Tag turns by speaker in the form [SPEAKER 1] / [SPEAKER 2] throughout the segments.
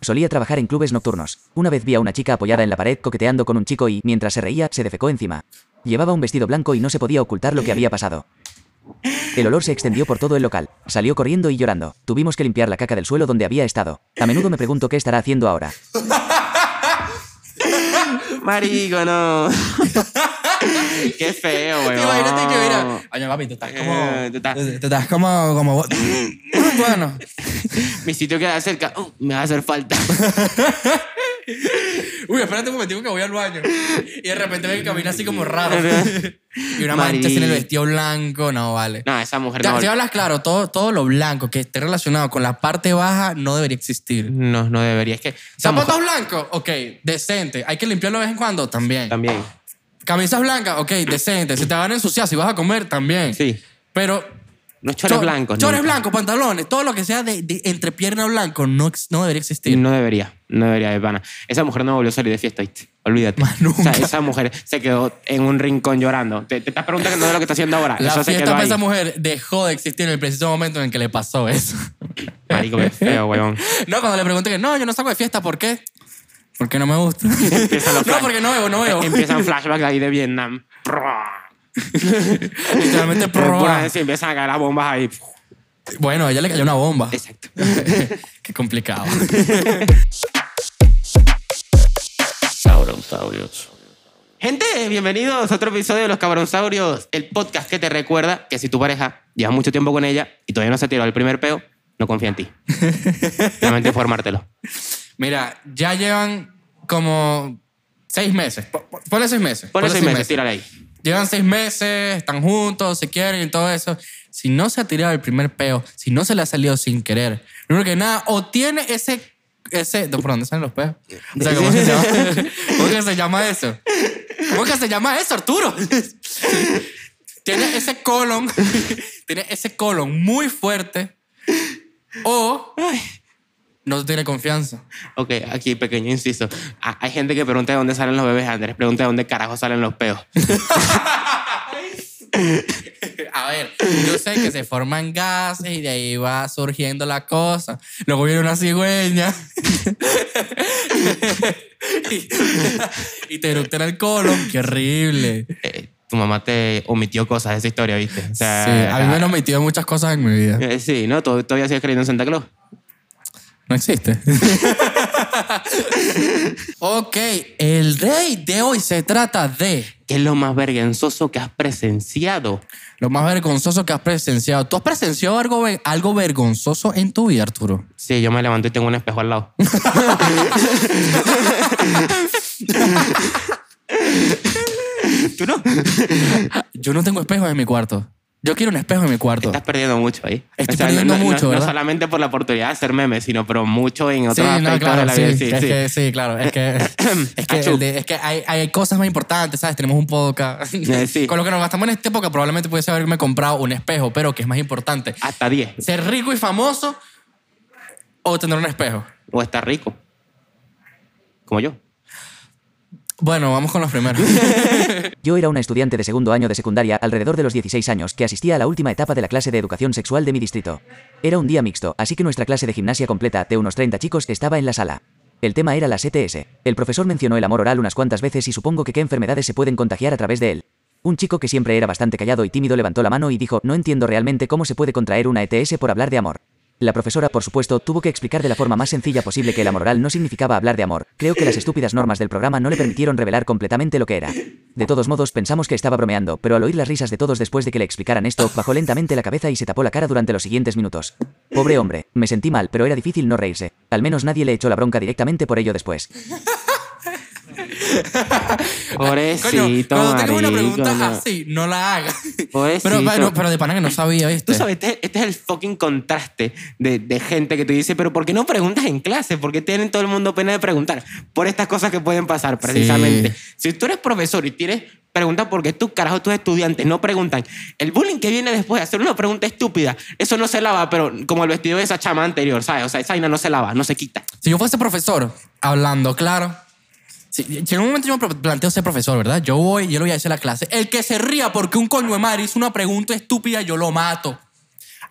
[SPEAKER 1] Solía trabajar en clubes nocturnos. Una vez vi a una chica apoyada en la pared coqueteando con un chico y, mientras se reía, se defecó encima. Llevaba un vestido blanco y no se podía ocultar lo que había pasado. El olor se extendió por todo el local. Salió corriendo y llorando. Tuvimos que limpiar la caca del suelo donde había estado. A menudo me pregunto qué estará haciendo ahora.
[SPEAKER 2] Marico, no. Qué feo, weón.
[SPEAKER 3] Imagínate que mira. Oye, papi, tú estás
[SPEAKER 2] Eh,
[SPEAKER 3] como.
[SPEAKER 2] tú
[SPEAKER 3] Tú
[SPEAKER 2] estás-
[SPEAKER 3] tú estás como. como... bueno.
[SPEAKER 2] Mi sitio queda cerca. Uh, me va a hacer falta.
[SPEAKER 3] Uy, espérate un momentico que voy al baño. Y de repente me camina así como raro. y una mancha así en el
[SPEAKER 2] Marico.
[SPEAKER 3] vestido blanco. No, vale.
[SPEAKER 2] No, esa mujer
[SPEAKER 3] Ya,
[SPEAKER 2] no.
[SPEAKER 3] si hablas claro, todo, todo lo blanco que esté relacionado con la parte baja no debería existir.
[SPEAKER 2] No, no debería. Es que. esa mujer-
[SPEAKER 3] Zapatos blancos, ok, decente. Hay que limpiarlo de vez en cuando, también.
[SPEAKER 2] También.
[SPEAKER 3] Camisas blancas, ok, decente. Se te van a ensuciar si vas a comer, también.
[SPEAKER 2] Sí.
[SPEAKER 3] Pero...
[SPEAKER 2] Los chores
[SPEAKER 3] cho-
[SPEAKER 2] blancos.
[SPEAKER 3] Chores
[SPEAKER 2] nunca.
[SPEAKER 3] blancos, pantalones, todo lo que sea de, de entrepierna blanco no, ex- no debería existir.
[SPEAKER 2] No debería, no debería, de pana. Esa mujer no volvió a salir de fiesta, ¿viste? Olvídate.
[SPEAKER 3] Más nunca.
[SPEAKER 2] O sea, esa mujer se quedó en un rincón llorando. Te, te estás preguntando de lo que está haciendo ahora.
[SPEAKER 3] La
[SPEAKER 2] Eso se
[SPEAKER 3] fiesta
[SPEAKER 2] quedó
[SPEAKER 3] para
[SPEAKER 2] ahí.
[SPEAKER 3] esa mujer dejó de existir en el preciso momento en el que le pasó eso.
[SPEAKER 2] Marico, qué feo, weón.
[SPEAKER 3] No, cuando le pregunté que no, yo no salgo de fiesta, ¿por qué? Porque no me gusta.
[SPEAKER 2] Empiezan los
[SPEAKER 3] no,
[SPEAKER 2] flash-
[SPEAKER 3] porque no veo, no veo.
[SPEAKER 2] Empiezan flashbacks ahí de Vietnam.
[SPEAKER 3] Literalmente
[SPEAKER 2] Por
[SPEAKER 3] probar.
[SPEAKER 2] eso empiezan a caer las bombas ahí.
[SPEAKER 3] Bueno, a ella le cayó una bomba.
[SPEAKER 2] Exacto.
[SPEAKER 3] Qué complicado.
[SPEAKER 2] Cabronsaurios. Gente, bienvenidos a otro episodio de Los Cabronsaurios, el podcast que te recuerda que si tu pareja lleva mucho tiempo con ella y todavía no se tiró el primer peo, no confía en ti. Realmente informártelo.
[SPEAKER 3] Mira, ya llevan como seis meses. Po- po- Ponle seis meses.
[SPEAKER 2] Ponle
[SPEAKER 3] ponle
[SPEAKER 2] seis meses, tírale ahí.
[SPEAKER 3] Llevan seis meses, están juntos, se quieren y todo eso. Si no se ha tirado el primer peo, si no se le ha salido sin querer, primero que nada, o tiene ese... ese ¿Por dónde salen los peos? O sea, ¿cómo, se llama? ¿Cómo que se llama eso? ¿Cómo que se llama eso, Arturo? Tiene ese colon, tiene ese colon muy fuerte o no tiene confianza.
[SPEAKER 2] Ok, aquí pequeño inciso. Ah, Hay gente que pregunta de dónde salen los bebés. Andrés pregunta de dónde carajo salen los peos. Eh,
[SPEAKER 3] A ver, yo sé que se forman gases y de ahí va surgiendo la cosa. Luego viene una cigüeña. y, y te eructa en el colon. ¡Qué horrible!
[SPEAKER 2] Eh, tu mamá te omitió cosas de esa historia, ¿viste? O sea,
[SPEAKER 3] sí, a mí me han omitido muchas cosas en mi vida.
[SPEAKER 2] eh, sí, ¿no? Tod- Todavía sigues creyendo en Santa Claus.
[SPEAKER 3] No existe. ok, el rey de hoy se trata de
[SPEAKER 2] ¿Qué es lo más vergonzoso que has presenciado?
[SPEAKER 3] lo más vergonzoso que has presenciado. ¿Tú has presenciado algo, ve- algo vergonzoso en tu vida, Arturo?
[SPEAKER 2] Sí, yo me levanto y tengo un espejo al lado. ¿Tú no?
[SPEAKER 3] Yo no tengo espejos en mi cuarto. Yo quiero un espejo en mi cuarto.
[SPEAKER 2] Estás perdiendo mucho ahí.
[SPEAKER 3] Estoy
[SPEAKER 2] no-
[SPEAKER 3] perdiendo
[SPEAKER 2] no, no-
[SPEAKER 3] mucho,
[SPEAKER 2] no
[SPEAKER 3] ¿verdad?
[SPEAKER 2] solamente por la oportunidad de hacer memes, sino pero mucho en
[SPEAKER 3] Sí,
[SPEAKER 2] otros aspectos
[SPEAKER 3] no,
[SPEAKER 2] de
[SPEAKER 3] claro,
[SPEAKER 2] la
[SPEAKER 3] sí,
[SPEAKER 2] vida.
[SPEAKER 3] es que sí, claro, es que, es que,
[SPEAKER 2] Achú.
[SPEAKER 3] el de- es que hay, hay cosas más importantes, ¿sabes? Tenemos un podcast.
[SPEAKER 2] Eh, sí.
[SPEAKER 3] Con lo que nos gastamos en este podcast probablemente pudiese haberme comprado un espejo, pero que es más importante,
[SPEAKER 2] Hasta 10.
[SPEAKER 3] ser rico y famoso o tener un espejo.
[SPEAKER 2] O estar rico. Como yo.
[SPEAKER 3] Bueno, vamos con los primeros.
[SPEAKER 1] Yo era una estudiante de segundo año de secundaria alrededor de los 16 años que asistía a la última etapa de la clase de educación sexual de mi distrito. Era un día mixto, así que nuestra clase de gimnasia completa de unos 30 chicos estaba en la sala. El tema era las ETS. El profesor mencionó el amor oral unas cuantas veces y supongo que qué enfermedades se pueden contagiar a través de él. Un chico que siempre era bastante callado y tímido levantó la mano y dijo, no entiendo realmente cómo se puede contraer una ETS por hablar de amor. La profesora, por supuesto, tuvo que explicar de la forma más sencilla posible que el amor oral no significaba hablar de amor. Creo que las estúpidas normas del programa no le permitieron revelar completamente lo que era. De todos modos, pensamos que estaba bromeando, pero al oír las risas de todos después de que le explicaran esto, bajó lentamente la cabeza y se tapó la cara durante los siguientes minutos. Pobre hombre, me sentí mal, pero era difícil no reírse. Al menos nadie le echó la bronca directamente por ello después.
[SPEAKER 3] Ah, Coño,
[SPEAKER 2] Pobrecito,
[SPEAKER 3] cuando tengas una
[SPEAKER 2] marico,
[SPEAKER 3] pregunta
[SPEAKER 2] no.
[SPEAKER 3] así, no la hagas.
[SPEAKER 2] Pobrecito.
[SPEAKER 3] Pero, pero, pero de pana que no sabía, ¿viste?
[SPEAKER 2] Tú sabes, este, este es el fucking contraste de, de gente que te dice, pero ¿por qué no preguntas en clase? ¿Por qué tienen todo el mundo pena de preguntar? Por estas cosas que pueden pasar, precisamente. Si tú eres profesor y tienes preguntas porque tú, carajo, tus estudiantes no preguntan. El bullying que viene después de hacer una pregunta estúpida, eso no se lava, pero como el vestido de esa chama anterior, ¿sabes? O sea, esa vaina no se lava, no se quita.
[SPEAKER 3] Si yo fuese profesor, hablando claro, si, si en un momento yo me pro- planteo ser profesor, ¿verdad? Yo voy, yo le voy a decir a la clase, el que se ría porque un coño de madre hizo una pregunta estúpida, yo lo mato.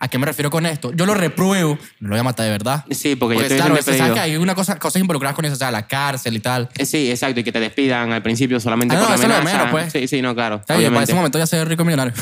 [SPEAKER 3] ¿A qué me refiero con esto? Yo lo repruebo, no lo voy a matar de verdad.
[SPEAKER 2] Sí, porque yo
[SPEAKER 3] Porque
[SPEAKER 2] te
[SPEAKER 3] claro,
[SPEAKER 2] hubiesen
[SPEAKER 3] se sabe
[SPEAKER 2] despedido.
[SPEAKER 3] que hay una cosa, cosas involucradas con eso, o sea, la cárcel y tal.
[SPEAKER 2] Eh, Sí, exacto, y que te despidan al principio solamente
[SPEAKER 3] Ah, no,
[SPEAKER 2] por la
[SPEAKER 3] eso es lo de
[SPEAKER 2] amenaza.
[SPEAKER 3] menos, pues.
[SPEAKER 2] Sí, sí, no, claro.
[SPEAKER 3] Está bien, pues,
[SPEAKER 2] obviamente.
[SPEAKER 3] para ese momento ya soy rico millonario.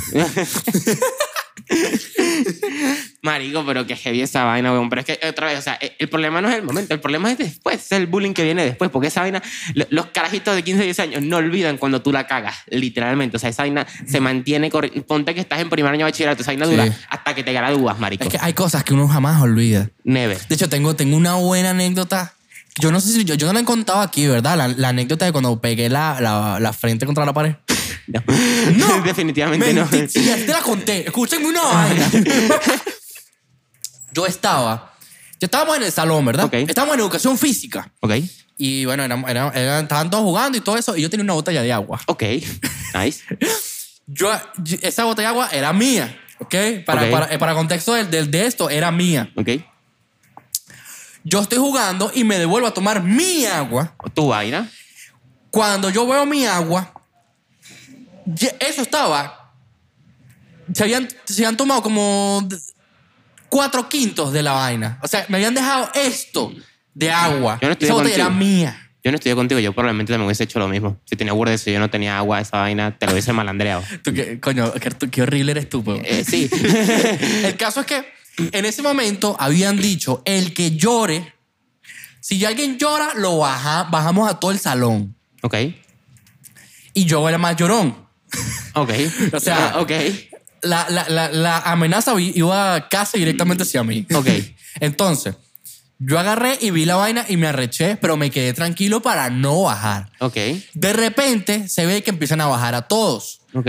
[SPEAKER 2] Marico, pero que heavy esa vaina, weón. Pero es que, otra vez, o sea, el- el problema no es el momento, el problema es después, es el bullying que viene después, porque esa vaina, lo- los carajitos de 15, 10 años no olvidan cuando tú la cagas, literalmente. O sea, esa vaina se mantiene, corri- ponte que estás en primer año de bachillerato, esa vaina
[SPEAKER 3] Sí.
[SPEAKER 2] dura hasta que te gradúas, marico.
[SPEAKER 3] es que hay cosas que uno jamás olvida.
[SPEAKER 2] Never.
[SPEAKER 3] De hecho, tengo, tengo una buena anécdota. Yo no sé si yo, yo no la he contado aquí, ¿verdad? La, la anécdota de cuando pegué la, la, la frente contra la pared.
[SPEAKER 2] No.
[SPEAKER 3] No.
[SPEAKER 2] Definitivamente no.
[SPEAKER 3] Menti- sí, ya te la conté. Escúchenme una vaina. yo estaba. Yo estábamos en el salón, ¿verdad?
[SPEAKER 2] Ok.
[SPEAKER 3] Estábamos en educación física.
[SPEAKER 2] Ok,
[SPEAKER 3] Y bueno, éramos- éramos- eran- estaban todos jugando y todo eso. Y yo tenía una botella de agua.
[SPEAKER 2] ok. Nice.
[SPEAKER 3] Yo, yo- esa botella de agua era mía. ¿Ok? Para,
[SPEAKER 2] Ok.
[SPEAKER 3] para, eh, para contexto del, del- de esto, era mía.
[SPEAKER 2] Ok.
[SPEAKER 3] Yo estoy jugando y me devuelvo a tomar mi agua.
[SPEAKER 2] Tu vaina.
[SPEAKER 3] Cuando yo veo mi agua, ye- eso estaba. Se habían, se habían tomado como d- cuatro quintos de la vaina. O sea, me habían dejado esto de agua.
[SPEAKER 2] Yo no estoy
[SPEAKER 3] Esa botella era
[SPEAKER 2] contigo.
[SPEAKER 3] mía.
[SPEAKER 2] Yo no estudié contigo, yo probablemente también hubiese hecho lo mismo. Si tenía burda de eso, yo no tenía agua, esa vaina, te lo hubiese malandreado.
[SPEAKER 3] Tú qué- coño, qué, tú qué horrible eres tú, po.
[SPEAKER 2] Eh, sí.
[SPEAKER 3] El caso es que en ese momento habían dicho: el que llore, si alguien llora, lo baja, bajamos a todo el salón.
[SPEAKER 2] ok.
[SPEAKER 3] Y yo era más llorón.
[SPEAKER 2] Ok.
[SPEAKER 3] O sea,
[SPEAKER 2] Ah, ok.
[SPEAKER 3] la, la, la, la amenaza vi- iba casi directamente hacia mí.
[SPEAKER 2] Ok.
[SPEAKER 3] Entonces, yo agarré y vi la vaina y me arreché, pero me quedé tranquilo para no bajar.
[SPEAKER 2] Ok,
[SPEAKER 3] De repente se ve que empiezan a bajar a todos.
[SPEAKER 2] ok.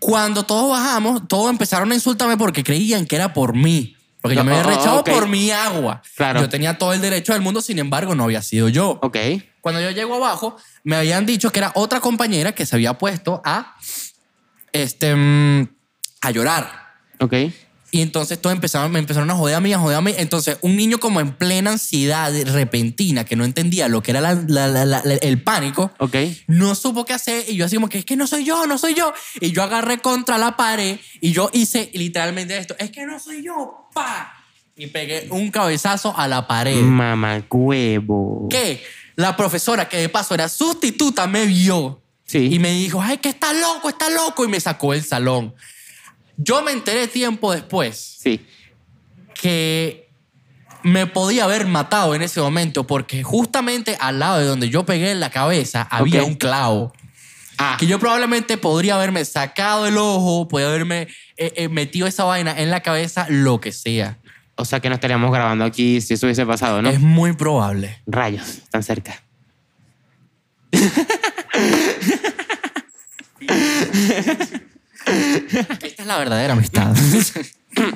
[SPEAKER 3] Cuando todos bajamos, todos empezaron a insultarme porque creían que era por mí. Porque yo me había
[SPEAKER 2] Oh,
[SPEAKER 3] arrechado
[SPEAKER 2] ok.
[SPEAKER 3] por mi agua.
[SPEAKER 2] Claro.
[SPEAKER 3] Yo tenía todo el derecho del mundo, sin embargo, no había sido yo.
[SPEAKER 2] Ok.
[SPEAKER 3] Cuando yo llego abajo, me habían dicho que era otra compañera que se había puesto a, este, mm, a llorar.
[SPEAKER 2] Ok.
[SPEAKER 3] Y entonces todos empezaron, me empezaron a joder a mí, a joder a mí. Entonces, un niño como en plena ansiedad repentina, que no entendía lo que era la- la- la- la- la- el pánico,
[SPEAKER 2] Ok.
[SPEAKER 3] no supo qué hacer. Y yo así como que, es que no soy yo, no soy yo. Y yo agarré contra la pared y yo hice literalmente esto. Es que no soy yo, pa. Y pegué un cabezazo a la pared.
[SPEAKER 2] Mm. Mamá huevo.
[SPEAKER 3] Que la profesora, que de paso era sustituta, me vio.
[SPEAKER 2] Sí.
[SPEAKER 3] Y me dijo, ay, que está loco, está loco. Y me sacó del salón. Yo me enteré tiempo después
[SPEAKER 2] Sí.
[SPEAKER 3] que me podía haber matado en ese momento porque justamente al lado de donde yo pegué en la cabeza había
[SPEAKER 2] Ok.
[SPEAKER 3] un clavo
[SPEAKER 2] Ah,
[SPEAKER 3] que yo probablemente podría haberme sacado el ojo, podría haberme eh, eh, metido esa vaina en la cabeza, lo que sea.
[SPEAKER 2] o sea que no estaríamos grabando aquí si eso hubiese pasado, ¿no?
[SPEAKER 3] Es muy probable.
[SPEAKER 2] Rayos, tan cerca.
[SPEAKER 3] Esta es la verdadera amistad.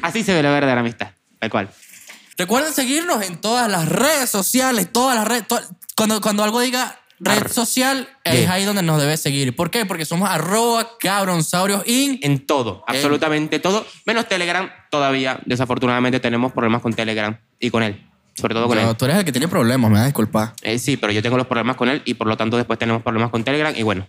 [SPEAKER 2] Así se ve la verdadera amistad. Tal cual.
[SPEAKER 3] Recuerden seguirnos en todas las redes sociales, todas las redes. to- cuando, cuando algo diga red social, es
[SPEAKER 2] Yeah.
[SPEAKER 3] ahí donde nos debes seguir. ¿Por qué? Porque somos arroba cabronsaurios inc.
[SPEAKER 2] En todo, absolutamente todo, menos Telegram. Todavía, desafortunadamente, tenemos problemas con Telegram y con él. Sobre todo con
[SPEAKER 3] No,
[SPEAKER 2] él.
[SPEAKER 3] tú eres el que tiene problemas, me vas a disculpar.
[SPEAKER 2] Eh, sí, pero yo tengo los problemas con él y por lo tanto después tenemos problemas con Telegram y bueno,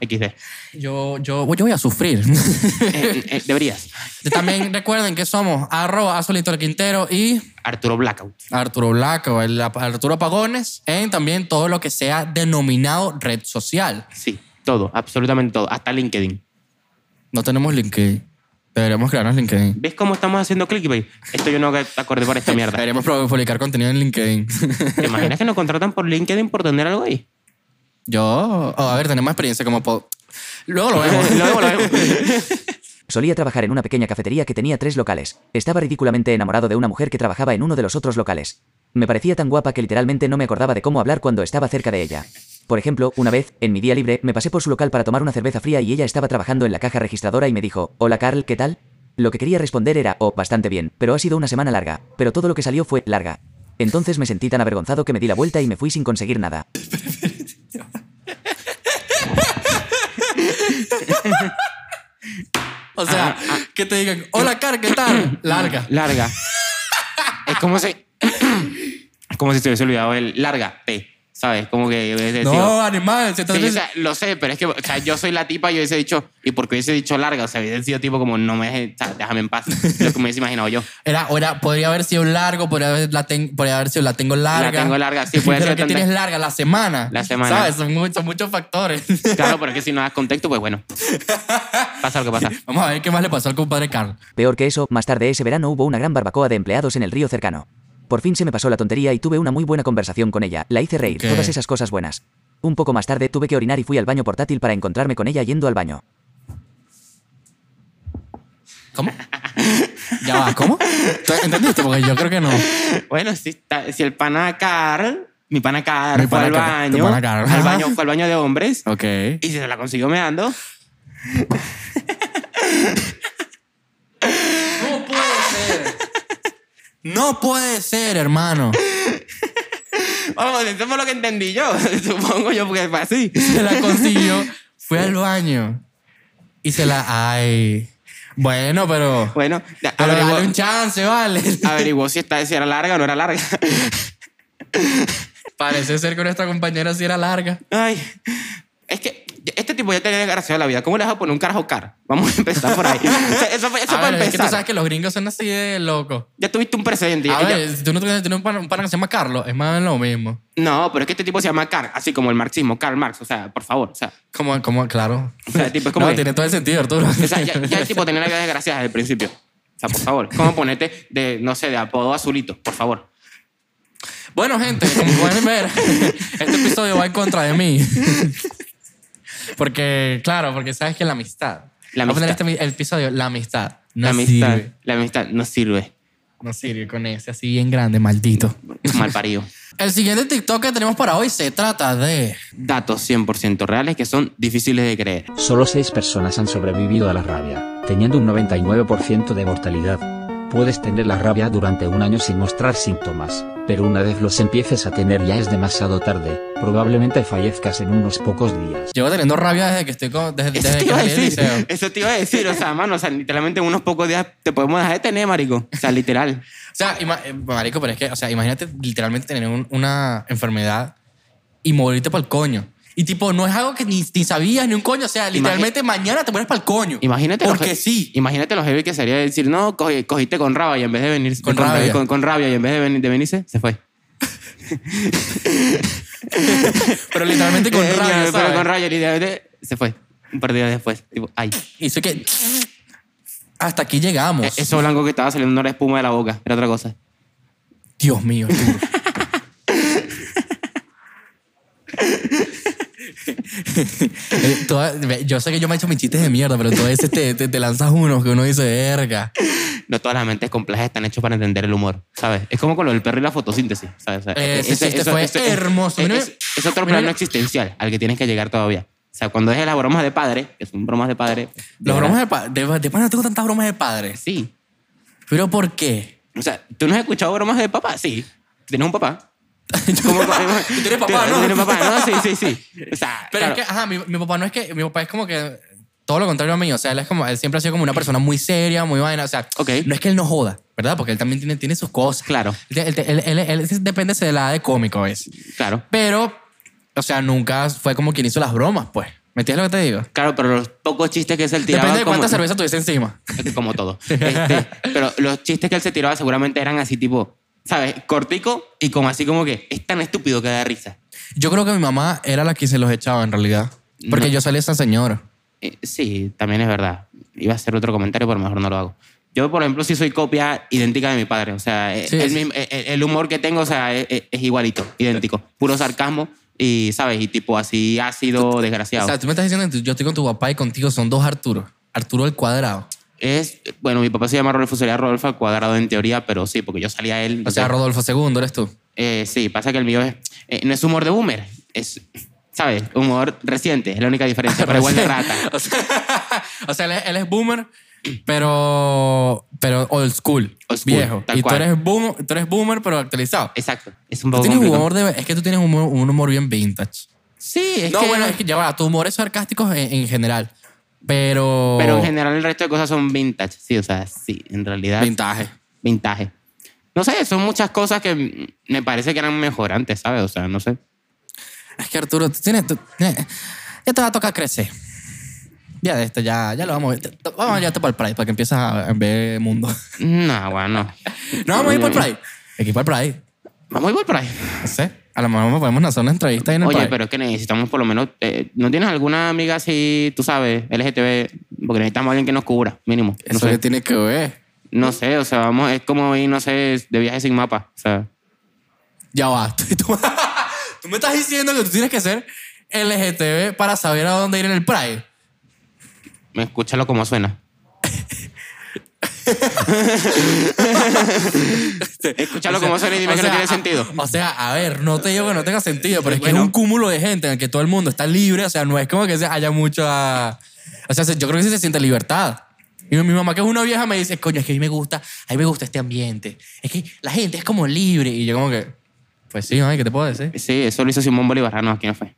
[SPEAKER 2] XD. Eh,
[SPEAKER 3] Yo, yo, yo voy a sufrir.
[SPEAKER 2] eh, deberías.
[SPEAKER 3] También recuerden que somos arroba Azulito el Quintero y
[SPEAKER 2] Arturo Blackout.
[SPEAKER 3] Arturo Blanco, el ap- Arturo Pagones, en también todo lo que sea denominado red social.
[SPEAKER 2] Sí, todo, absolutamente todo. Hasta LinkedIn.
[SPEAKER 3] No tenemos LinkedIn. Deberíamos crearnos LinkedIn.
[SPEAKER 2] ¿Ves cómo estamos haciendo clickbait? Esto yo no acordé para esta mierda.
[SPEAKER 3] Deberíamos pro- publicar contenido en LinkedIn.
[SPEAKER 2] ¿Te imaginas que nos contratan por LinkedIn por tener algo ahí?
[SPEAKER 3] Yo, oh, a ver, tenemos experiencia como... po- Luego lo vemos.
[SPEAKER 2] Luego lo vemos.
[SPEAKER 1] Solía trabajar en una pequeña cafetería que tenía tres locales. Estaba ridículamente enamorado de una mujer que trabajaba en uno de los otros locales. Me parecía tan guapa que literalmente no me acordaba de cómo hablar cuando estaba cerca de ella. Por ejemplo, una vez, en mi día libre, me pasé por su local para tomar una cerveza fría y ella estaba trabajando en la caja registradora y me dijo, Hola Carl, ¿qué tal? Lo que quería responder era, oh, bastante bien, pero ha sido una semana larga, pero todo lo que salió fue larga. Entonces me sentí tan avergonzado que me di la vuelta y me fui sin conseguir nada.
[SPEAKER 3] O sea, que te digan, hola, Car, ¿qué tal? Larga.
[SPEAKER 2] Larga. Es como si. Es como si se hubiese olvidado el larga T. ¿Sabes? Como que hubiese sido-
[SPEAKER 3] No, animal. si estás-
[SPEAKER 2] Sí, o sea, lo sé, pero es que o sea, yo soy la tipa y hubiese dicho, y porque hubiese dicho larga, o sea, hubiese sido tipo como, no me dejes, o sea, déjame en paz. lo que me hubiese imaginado yo.
[SPEAKER 3] Era, o era- podría haber sido largo, podría haber, la ten- podría haber sido la tengo larga.
[SPEAKER 2] La tengo larga, sí, puede
[SPEAKER 3] Pero
[SPEAKER 2] ser
[SPEAKER 3] que
[SPEAKER 2] tanta-
[SPEAKER 3] tienes larga la semana.
[SPEAKER 2] La semana.
[SPEAKER 3] ¿Sabes? Son muchos, muchos factores.
[SPEAKER 2] Claro, pero es que si no das contexto, pues bueno. Pasa lo que pasa.
[SPEAKER 3] Vamos a ver qué más le pasó al compadre Carlos.
[SPEAKER 1] Peor que eso, más tarde ese verano hubo una gran barbacoa de empleados en el río cercano. Por fin se me pasó la tontería y tuve una muy buena conversación con ella. La hice reír,
[SPEAKER 3] Ok.
[SPEAKER 1] todas esas cosas buenas. Un poco más tarde tuve que orinar y fui al baño portátil para encontrarme con ella yendo al baño.
[SPEAKER 3] ¿Cómo? ya va, ¿cómo? ¿Tú ¿Entendiste? Porque yo creo que no.
[SPEAKER 2] Bueno, si, está- si el pana Carl, mi pana Carl
[SPEAKER 3] Mi
[SPEAKER 2] fue
[SPEAKER 3] pana
[SPEAKER 2] al
[SPEAKER 3] Carl, tu
[SPEAKER 2] baño,
[SPEAKER 3] pana Carl.
[SPEAKER 2] al
[SPEAKER 3] Ajá.
[SPEAKER 2] baño, fue al baño de hombres
[SPEAKER 3] Ok.
[SPEAKER 2] y se la consiguió meando.
[SPEAKER 3] No puede ser. No puede ser, hermano.
[SPEAKER 2] Vamos, eso fue lo que entendí yo, supongo yo, porque fue así.
[SPEAKER 3] Se la consiguió, fue al baño y se la. Ay. Bueno, pero.
[SPEAKER 2] Bueno, ya,
[SPEAKER 3] Pero dale un
[SPEAKER 2] averiguó,
[SPEAKER 3] chance, vale.
[SPEAKER 2] averiguó si, esta, si era larga o no era larga.
[SPEAKER 3] Parece ser que nuestra compañera sí era larga.
[SPEAKER 2] Ay, es que este tipo ya tenía desgraciado la vida. ¿Cómo le vas a poner un carajo car? Vamos a empezar por ahí. O sea, eso fue- eso
[SPEAKER 3] A
[SPEAKER 2] para
[SPEAKER 3] ver, es que tú
[SPEAKER 2] empezar.
[SPEAKER 3] sabes que los gringos son así de locos.
[SPEAKER 2] Ya tuviste un precedente.
[SPEAKER 3] A
[SPEAKER 2] ya- ya-
[SPEAKER 3] ver, si tú no tienes tienes un pana, un pana que se llama Carlos, es más lo mismo.
[SPEAKER 2] No, pero es que este tipo se llama Karl, así como el marxismo, Karl Marx. O sea, por favor. O sea,
[SPEAKER 3] Como, como, claro.
[SPEAKER 2] O sea, tipo, es como
[SPEAKER 3] no,
[SPEAKER 2] que-
[SPEAKER 3] tiene todo el sentido, Arturo.
[SPEAKER 2] o sea, ya, ya el tipo tenía la vida desgraciada desde el principio. O sea, por favor. ¿Cómo ponerte de, no sé, de apodo azulito? Por favor.
[SPEAKER 3] Bueno, gente, como pueden ver, este episodio va en contra de mí. Porque, claro, porque sabes que la amistad.
[SPEAKER 2] La
[SPEAKER 3] Voy a poner
[SPEAKER 2] amistad.
[SPEAKER 3] este mi- episodio, la amistad. No
[SPEAKER 2] la amistad.
[SPEAKER 3] sirve.
[SPEAKER 2] La amistad no sirve.
[SPEAKER 3] No sirve con ese así bien grande, maldito.
[SPEAKER 2] Mal parido.
[SPEAKER 3] El siguiente TikTok que tenemos para hoy se trata de.
[SPEAKER 2] Datos 100% reales que son difíciles de creer.
[SPEAKER 4] Solo 6 personas han sobrevivido a la rabia, teniendo un 99% de mortalidad. Puedes tener la rabia durante un año sin mostrar síntomas, pero una vez los empieces a tener ya es demasiado tarde, probablemente fallezcas en unos pocos días.
[SPEAKER 3] Llevo teniendo rabia desde que estoy con. Desde,
[SPEAKER 2] Eso
[SPEAKER 3] desde
[SPEAKER 2] te
[SPEAKER 3] que
[SPEAKER 2] iba a
[SPEAKER 3] salí del
[SPEAKER 2] decir.
[SPEAKER 3] liceo.
[SPEAKER 2] Eso te iba a decir. O sea, mano, o sea, literalmente en unos pocos días te podemos dejar de tener, marico. O sea, literal.
[SPEAKER 3] O sea, ima- eh, marico, pero es que, o sea, imagínate literalmente tener un- una enfermedad y morirte para el coño. Y tipo, no es algo que ni, ni sabías ni un coño. O sea, literalmente mañana te mueres para el coño.
[SPEAKER 2] Imagínate lo
[SPEAKER 3] Porque
[SPEAKER 2] que-
[SPEAKER 3] sí.
[SPEAKER 2] Imagínate los heavy que sería decir, no, cogi- cogiste con rabia y en vez de venir
[SPEAKER 3] Con rabia.
[SPEAKER 2] Con, con rabia y en vez de, venir, de venirse, se fue.
[SPEAKER 3] Pero literalmente con
[SPEAKER 2] Eh,
[SPEAKER 3] rabia,
[SPEAKER 2] pero
[SPEAKER 3] ¿sabes?
[SPEAKER 2] con rabia, literalmente, se fue. Un par de días después. Tipo, ay.
[SPEAKER 3] Y eso que... Hasta aquí llegamos.
[SPEAKER 2] Eh, Eso blanco que estaba saliendo no era espuma de la boca, era otra cosa.
[SPEAKER 3] Dios mío. Arturo. Eh, toda- ve, yo sé que yo me he hecho mis chistes de mierda, pero tú a veces te, te, te lanzas unos que uno dice, verga.
[SPEAKER 2] No todas las mentes complejas están hechas para entender el humor, ¿sabes? Es como con lo del perro y la fotosíntesis, ¿sabes? O sea,
[SPEAKER 3] Ese
[SPEAKER 2] ese-
[SPEAKER 3] chiste Eh, fue hermoso.
[SPEAKER 2] Es,
[SPEAKER 3] Mira,
[SPEAKER 2] eh, es- es otro
[SPEAKER 3] mira,
[SPEAKER 2] plano
[SPEAKER 3] mira.
[SPEAKER 2] existencial al que tienes que llegar todavía. O sea, cuando dejes las bromas de padre, que son bromas de padre.
[SPEAKER 3] Las bromas de padre. De, de pana tengo tantas bromas de padres.
[SPEAKER 2] Sí.
[SPEAKER 3] ¿Pero por qué?
[SPEAKER 2] O sea, ¿tú no has escuchado bromas de papá? Sí. ¿Tienes un papá? ¿Cómo- cómo-
[SPEAKER 3] Tú tienes papá,
[SPEAKER 2] ¿Tú-
[SPEAKER 3] ¿no?
[SPEAKER 2] ¿Tienes papá? No, sí, sí, sí. O sea,
[SPEAKER 3] Pero
[SPEAKER 2] claro.
[SPEAKER 3] es que, ajá, mi, mi papá no es que. Mi papá es como que. Todo lo contrario a mí. O sea, él, es como, él siempre ha sido como una persona muy seria, muy vaina. O sea,
[SPEAKER 2] Ok.
[SPEAKER 3] no es que él no joda, ¿verdad? Porque él también tiene, tiene sus cosas.
[SPEAKER 2] Claro.
[SPEAKER 3] Él, él- él- él- él- él depende de la edad de cómico, ¿ves?
[SPEAKER 2] Claro.
[SPEAKER 3] Pero, o sea, nunca fue como quien hizo las bromas, pues. ¿Me entiendes lo que te digo?
[SPEAKER 2] Claro, pero los pocos chistes que se tiraba...
[SPEAKER 3] Depende de
[SPEAKER 2] como-
[SPEAKER 3] cuánta cerveza tuviese encima.
[SPEAKER 2] Como todo. Este, pero los chistes que él se tiraba seguramente eran así tipo, ¿sabes? Cortico y como así como que es tan estúpido que da risa.
[SPEAKER 3] Yo creo que mi mamá era la que se los echaba, en realidad. Porque
[SPEAKER 2] No.
[SPEAKER 3] yo salí esa señora.
[SPEAKER 2] Eh, sí, también es verdad. Iba a hacer otro comentario, pero mejor no lo hago. Yo, por ejemplo, sí soy copia idéntica de mi padre. O sea, eh,
[SPEAKER 3] Sí,
[SPEAKER 2] el,
[SPEAKER 3] sí.
[SPEAKER 2] mismo- eh, eh, el humor que tengo, o sea, es, es- es igualito, idéntico. Puro sarcasmo y, ¿sabes? Y tipo así ácido,
[SPEAKER 3] O
[SPEAKER 2] desgraciado.
[SPEAKER 3] sea, tú me estás diciendo que tú- yo estoy con tu papá y contigo son dos Arturo. Arturo al cuadrado.
[SPEAKER 2] Es, bueno, mi papá se llama Rodolfo, sería Rodolfo al cuadrado en teoría, pero sí, porque yo salía él.
[SPEAKER 3] O sea,
[SPEAKER 2] entonces-
[SPEAKER 3] Rodolfo II eres tú.
[SPEAKER 2] Eh, sí, pasa que el mío es, eh, no es humor de boomer, es, ¿sabes? Humor reciente, es la única diferencia, pero igual de rata.
[SPEAKER 3] o sea, o sea, él, es, él es boomer, pero, pero old school,
[SPEAKER 2] Old school,
[SPEAKER 3] viejo.
[SPEAKER 2] tal
[SPEAKER 3] Y tú
[SPEAKER 2] cual.
[SPEAKER 3] eres, boom, tú eres boomer, pero actualizado.
[SPEAKER 2] Exacto, es un
[SPEAKER 3] Tú
[SPEAKER 2] poco
[SPEAKER 3] tienes
[SPEAKER 2] complicado.
[SPEAKER 3] humor de, es que tú tienes un humor, un humor bien vintage.
[SPEAKER 2] Sí, es
[SPEAKER 3] no,
[SPEAKER 2] que...
[SPEAKER 3] bueno, es que ya va, tu humor es sarcástico en, en general, pero...
[SPEAKER 2] Pero en general el resto de cosas son vintage, sí, o sea, sí, en realidad.
[SPEAKER 3] Vintage.
[SPEAKER 2] Vintage. No sé, son muchas cosas que mm, me parece que eran mejor antes, ¿sabes? O sea, no sé.
[SPEAKER 3] Es que Arturo, tú tienes. tú- eh, ya te va a tocar crecer. Ya de esto, ya, ya lo vamos a ver. Vamos a llevarte para el Pride para que empieces a ver mundo.
[SPEAKER 2] No, bueno.
[SPEAKER 3] No, vamos a ir para el Pride. Hay que ir para el Pride.
[SPEAKER 2] Vamos a ir por ahí.
[SPEAKER 3] No sé. A lo mejor podemos hacer una entrevista ahí en el
[SPEAKER 2] Oye,
[SPEAKER 3] Pride.
[SPEAKER 2] pero es que necesitamos por lo menos. eh, ¿No tienes alguna amiga así, tú sabes, LGTB? Porque necesitamos a alguien que nos cubra, mínimo. No
[SPEAKER 3] Eso que
[SPEAKER 2] sé.
[SPEAKER 3] tiene que ver.
[SPEAKER 2] No sé, o sea, vamos, es como ir, no sé, de viaje sin mapa. O sea,
[SPEAKER 3] Ya va. Tú, tú- tú me estás diciendo que tú tienes que ser LGTB para saber a dónde ir en el Pride.
[SPEAKER 2] me escúchalo como suena. escúchalo como suena y dime
[SPEAKER 3] O
[SPEAKER 2] que
[SPEAKER 3] sea, ah,
[SPEAKER 2] no tiene
[SPEAKER 3] a-
[SPEAKER 2] sentido.
[SPEAKER 3] O sea, a ver, no te digo que no tenga sentido, pero es que
[SPEAKER 2] Bueno.
[SPEAKER 3] es un cúmulo de gente en el que todo el mundo está libre. O sea, no es como que se- haya mucha. O sea, se- yo creo que sí se siente libertad. Y mi mamá, que es una vieja, me dice, coño, es que a mí me gusta, a mí me gusta este ambiente. Es que la gente es como libre. Y yo como que, pues sí, ay, ¿qué te puedo decir?
[SPEAKER 2] Sí, eso lo hizo Simón Bolivarrano, aquí no fue.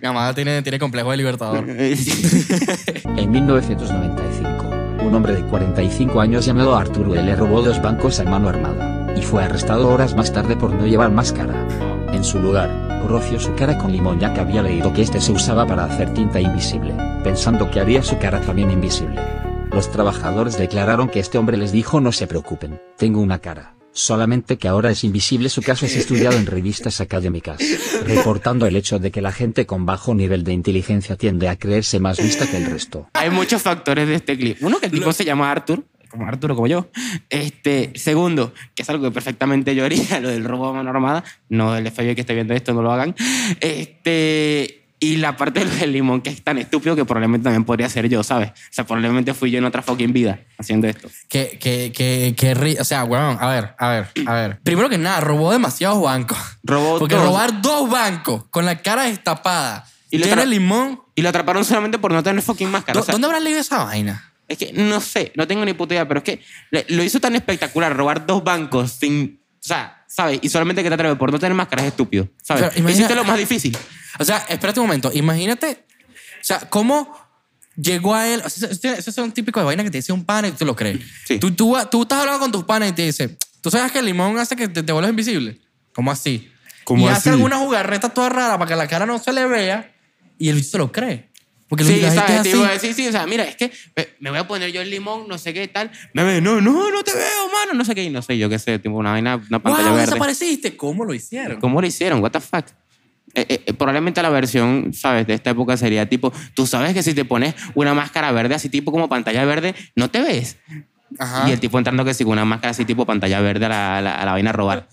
[SPEAKER 3] Mi mamá tiene, tiene complejo de libertador.
[SPEAKER 4] En 1995, un hombre de 45 años llamado Arturo L. robó dos bancos a mano armada, y fue arrestado horas más tarde por no llevar máscara. En su lugar, roció su cara con limón ya que había leído que este se usaba para hacer tinta invisible, pensando que haría su cara también invisible. Los trabajadores declararon que este hombre les dijo no se preocupen, tengo una cara. Solamente que ahora es invisible su caso es estudiado en revistas académicas, reportando el hecho de que la gente con bajo nivel de inteligencia tiende a creerse más vista que el resto.
[SPEAKER 2] Hay muchos factores de este clip. Uno, que el tipo se llama Arthur, como Arturo, como yo. Este, segundo, que es algo que perfectamente yo haría, lo del robo a mano armada. No, el FBI que esté viendo esto, no lo hagan. Este, y la parte de lo del limón, que es tan estúpido que probablemente también podría ser yo, ¿sabes? O sea, probablemente fui yo en otra fucking vida haciendo esto.
[SPEAKER 3] que, que, que, que, ri- o sea, weón, a ver, a ver, a ver. Primero que nada, robó demasiados bancos.
[SPEAKER 2] Robó
[SPEAKER 3] Porque
[SPEAKER 2] dos.
[SPEAKER 3] robar dos bancos con la cara destapada,
[SPEAKER 2] Y
[SPEAKER 3] y
[SPEAKER 2] le
[SPEAKER 3] llena
[SPEAKER 2] tra-
[SPEAKER 3] de limón.
[SPEAKER 2] Y lo atraparon solamente por no tener fucking máscara.
[SPEAKER 3] ¿Dó-
[SPEAKER 2] O sea,
[SPEAKER 3] ¿Dónde habrás leído esa vaina?
[SPEAKER 2] Es que no sé, no tengo ni puta idea, pero es que le- lo hizo tan espectacular, robar dos bancos sin. O sea, ¿sabes? Y solamente que te atreves por no tener máscara es estúpido, ¿sabes?
[SPEAKER 3] Pero imagina-
[SPEAKER 2] Hiciste lo más difícil.
[SPEAKER 3] O sea, espérate un momento. Imagínate, o sea, cómo llegó a él. o sea, eso- Esos son típicos de vainas que te dice un pana y tú lo crees.
[SPEAKER 2] Sí.
[SPEAKER 3] Tú, tú, tú estás hablando con tus panas y te dice, ¿tú sabes que el limón hace que te, te vuelvas invisible? ¿Cómo así?
[SPEAKER 5] ¿Cómo
[SPEAKER 3] y
[SPEAKER 5] así?
[SPEAKER 3] hace alguna jugarreta toda rara para que la cara no se le vea y el bicho se lo cree. Porque el
[SPEAKER 2] Sí,
[SPEAKER 3] bicho, la gente
[SPEAKER 2] ¿sabes? Te
[SPEAKER 3] es
[SPEAKER 2] iba a
[SPEAKER 3] así.
[SPEAKER 2] decir, sí, o sea, mira, es que me, me voy a poner yo el limón, no sé qué tal. Me ve, no, no, no te veo, mano, no sé qué. Y no sé, yo qué sé, tipo una vaina, una pantalla
[SPEAKER 3] ¡Wow!
[SPEAKER 2] verde.
[SPEAKER 3] Desapareciste. ¿Cómo lo hicieron?
[SPEAKER 2] ¿Cómo lo hicieron? ¿What the fuck? Eh, eh, eh, probablemente la versión, ¿sabes? De esta época sería tipo, tú sabes que si te pones una máscara verde, así tipo como pantalla verde, no te ves.
[SPEAKER 3] Ajá.
[SPEAKER 2] Y el tipo entrando que sí, con una máscara así tipo pantalla verde a la, a la- a la vaina a robar.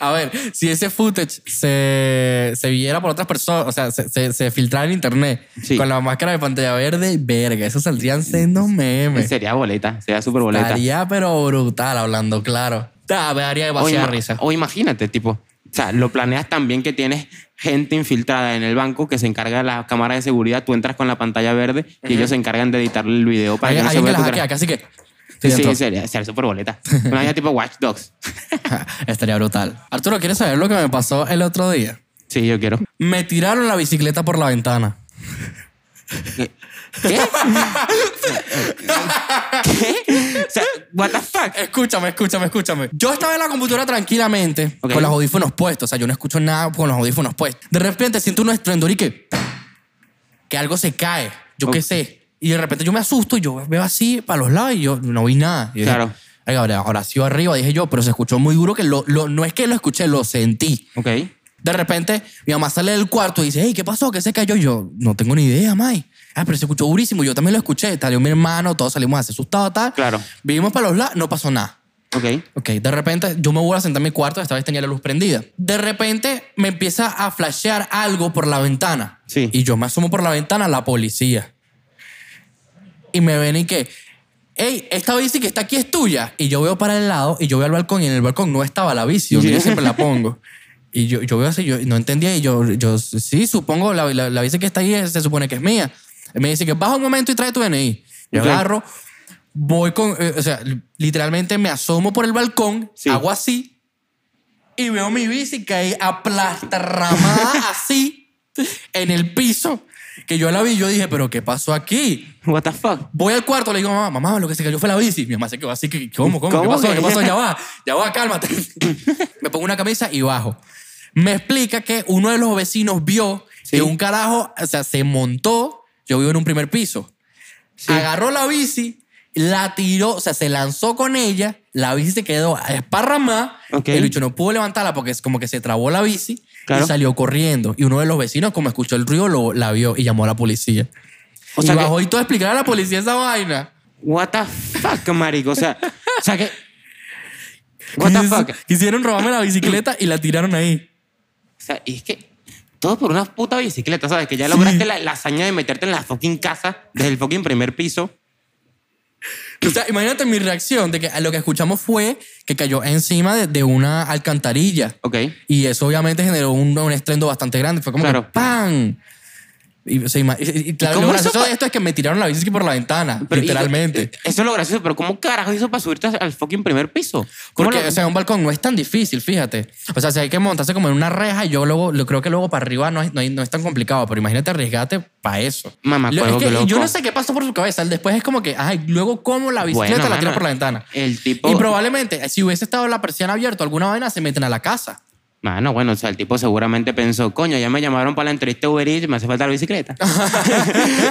[SPEAKER 3] A ver, si ese footage se, se viera por otras personas, o sea, se, se, se filtrara en internet
[SPEAKER 2] Sí.
[SPEAKER 3] con la máscara de pantalla verde, verga, eso saldrían siendo memes.
[SPEAKER 2] Sería boleta, sería súper boleta.
[SPEAKER 3] Estaría pero brutal hablando, claro. Da, me daría
[SPEAKER 2] O,
[SPEAKER 3] demasiada
[SPEAKER 2] ima-
[SPEAKER 3] risa.
[SPEAKER 2] o imagínate, tipo, o sea, lo planeas tan bien que tienes gente infiltrada en el banco que se encarga de las cámaras de seguridad, tú entras con la pantalla verde y ellos se encargan de editarle el video para
[SPEAKER 3] Hay,
[SPEAKER 2] que no se
[SPEAKER 3] alguien que
[SPEAKER 2] vea
[SPEAKER 3] la
[SPEAKER 2] tu cara.
[SPEAKER 3] hackea, casi que.
[SPEAKER 2] Sí,
[SPEAKER 3] Estoy
[SPEAKER 2] sí,
[SPEAKER 3] dentro.
[SPEAKER 2] sería, sería súper boleta. Una vaina tipo Watch Dogs.
[SPEAKER 3] Estaría brutal. Arturo, ¿quieres saber lo que me pasó el otro día?
[SPEAKER 2] Sí, yo quiero.
[SPEAKER 3] Me tiraron la bicicleta por la ventana.
[SPEAKER 2] ¿Qué? ¿Qué? O sea, what the fuck?
[SPEAKER 3] Escúchame, escúchame, escúchame. Yo estaba en la computadora tranquilamente,
[SPEAKER 2] Ok.
[SPEAKER 3] con los audífonos puestos. O sea, yo no escucho nada con los audífonos puestos. De repente siento un estruendo y que. que algo se cae. Yo qué
[SPEAKER 2] Ok.
[SPEAKER 3] sé. Y de repente yo me asusto y yo veo así para los lados y yo no vi nada. Y dije,
[SPEAKER 2] Claro.
[SPEAKER 3] "Ay, ahora, ahora sí va arriba, dije yo, pero se escuchó muy duro que lo, lo- no es que lo escuché, lo sentí.
[SPEAKER 2] Ok.
[SPEAKER 3] De repente, mi mamá sale del cuarto y dice, hey, ¿qué pasó? ¿Qué se cayó? Y yo, no tengo ni idea, May. Ah, pero se escuchó durísimo. Yo también lo escuché. Salió mi hermano, todos salimos así asustados, tal.
[SPEAKER 2] Claro.
[SPEAKER 3] Vivimos para los lados, no pasó nada.
[SPEAKER 2] Ok.
[SPEAKER 3] Ok, de repente yo me voy a sentar en mi cuarto, esta vez tenía la luz prendida. De repente me empieza a flashear algo por la ventana.
[SPEAKER 2] Sí.
[SPEAKER 3] Y yo me asomo por la ventana, la policía. Y me ven y que, hey, esta bici que está aquí es tuya. Y yo veo para el lado y yo veo al balcón y en el balcón no estaba la bici, donde yo siempre la pongo. Y yo, yo veo así, yo no entendía y yo, yo sí, supongo, la, la- la bici que está ahí es- se supone que es mía. Y me dice que baja un momento y trae tu DNI. Yo
[SPEAKER 2] Ok.
[SPEAKER 3] agarro, voy con, eh, o sea, li- literalmente me asomo por el balcón,
[SPEAKER 2] Sí.
[SPEAKER 3] hago así y veo mi bici caer aplastarramada así en el piso. Que yo la vi, yo dije, pero ¿qué pasó aquí?
[SPEAKER 2] What the fuck?
[SPEAKER 3] Voy al cuarto, le digo, mamá, mamá, lo que se cayó fue la bici. Mi mamá se quedó así, que, ¿cómo, cómo?
[SPEAKER 2] ¿Cómo
[SPEAKER 3] ¿Qué pasó? ¿Qué
[SPEAKER 2] que?
[SPEAKER 3] pasó? Ya va, ya va, cálmate. me pongo una camisa y bajo. Me explica que uno de los vecinos vio
[SPEAKER 2] Sí.
[SPEAKER 3] que un carajo, o sea, se montó, yo vivo en un primer piso, agarró la bici, la tiró, o sea, se lanzó con ella, la bici se quedó esparramada,
[SPEAKER 2] Ok.
[SPEAKER 3] el bicho no pudo levantarla porque es como que se trabó la bici
[SPEAKER 2] Claro.
[SPEAKER 3] y salió corriendo. Y uno de los vecinos, como escuchó el ruido, lo, la vio y llamó a la policía.
[SPEAKER 2] O
[SPEAKER 3] O
[SPEAKER 2] sea
[SPEAKER 3] y
[SPEAKER 2] que-
[SPEAKER 3] bajó y todo a explicar a la policía esa vaina.
[SPEAKER 2] What the fuck, marico. O sea, o sea que. What the
[SPEAKER 3] Quis-
[SPEAKER 2] fuck. O
[SPEAKER 3] Quisieron robarme la bicicleta y la tiraron ahí.
[SPEAKER 2] sea, y es que todo por una puta bicicleta, ¿sabes? Que ya lograste la, la hazaña de meterte en la fucking casa desde el fucking primer piso.
[SPEAKER 3] O sea, imagínate mi reacción de que lo que escuchamos fue que cayó encima de, de una alcantarilla.
[SPEAKER 2] Ok.
[SPEAKER 3] Y eso obviamente generó un, un estrendo bastante grande. Fue como
[SPEAKER 2] Claro.
[SPEAKER 3] que ¡pam! Y, o sea, ima- y- y- y
[SPEAKER 2] ¿Cómo
[SPEAKER 3] lo
[SPEAKER 2] hizo
[SPEAKER 3] gracioso
[SPEAKER 2] pa-
[SPEAKER 3] de esto es que me tiraron la bici por la ventana,
[SPEAKER 2] Pero-
[SPEAKER 3] literalmente.
[SPEAKER 2] y- eh, eso es lo gracioso, pero ¿cómo carajo hizo para subirte al fucking primer piso? ¿Cómo
[SPEAKER 3] Porque,
[SPEAKER 2] lo-
[SPEAKER 3] o sea, un balcón no es tan difícil, fíjate. O sea, si hay que montarse como en una reja, y yo luego, lo creo que luego para arriba no es, no, hay- no es tan complicado, pero imagínate arriesgarte para eso.
[SPEAKER 2] Mamá,
[SPEAKER 3] Lo-
[SPEAKER 2] huevo,
[SPEAKER 3] es que
[SPEAKER 2] qué loco.
[SPEAKER 3] yo no sé qué pasó por su cabeza. El después es como que, ay, luego como la
[SPEAKER 2] Bueno,
[SPEAKER 3] bicicleta la tiro
[SPEAKER 2] mano,
[SPEAKER 3] por la ventana.
[SPEAKER 2] El tipo.
[SPEAKER 3] Y probablemente, eh, si hubiese estado la persiana abierta, alguna vaina se meten a la casa.
[SPEAKER 2] Mano, bueno, o sea, el tipo seguramente pensó, coño, ya me llamaron para la entrevista de Uber Eats, me hace falta la bicicleta.
[SPEAKER 3] La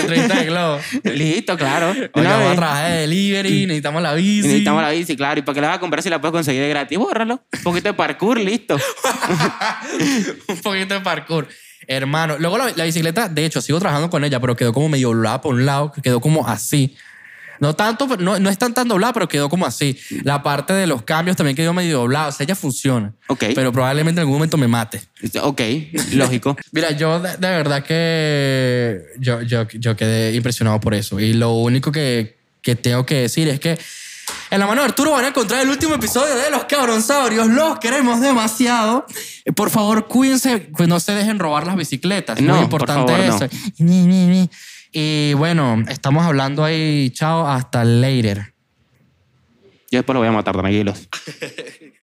[SPEAKER 3] entrevista de Globo.
[SPEAKER 2] Listo, claro. De
[SPEAKER 3] Oiga,
[SPEAKER 2] una
[SPEAKER 3] vamos a
[SPEAKER 2] vez.
[SPEAKER 3] trabajar de delivery, necesitamos la bici.
[SPEAKER 2] eh. Necesitamos la bici, claro. ¿Y para qué la vas a comprar si la puedes conseguir de gratis? Bórralo. Un poquito de parkour, listo.
[SPEAKER 3] Un poquito de parkour. Hermano, luego la, la bicicleta, de hecho, sigo trabajando con ella, pero quedó como medio doblada por un lado, quedó como así. No tanto, pero- no, no es tan tan doblada, pero quedó como así. La parte de los cambios también quedó medio doblada, o sea, ella funciona.
[SPEAKER 2] Ok.
[SPEAKER 3] Pero probablemente en algún momento me mate.
[SPEAKER 2] Ok, lógico.
[SPEAKER 3] Mira, yo de, de verdad que yo, yo, yo quedé impresionado por eso. Y lo único que, que tengo que decir es que en la mano de Arturo van a encontrar el último episodio de Los Cabronsaurios. Los queremos demasiado. Eh, Por favor, cuídense, que no se dejen robar las bicicletas.
[SPEAKER 2] No,
[SPEAKER 3] Muy
[SPEAKER 2] por
[SPEAKER 3] importante
[SPEAKER 2] favor, no.
[SPEAKER 3] eso. Ni, ni, ni. Y bueno, estamos hablando ahí. Chao, hasta later.
[SPEAKER 2] Yo después lo voy a matar, tranquilos.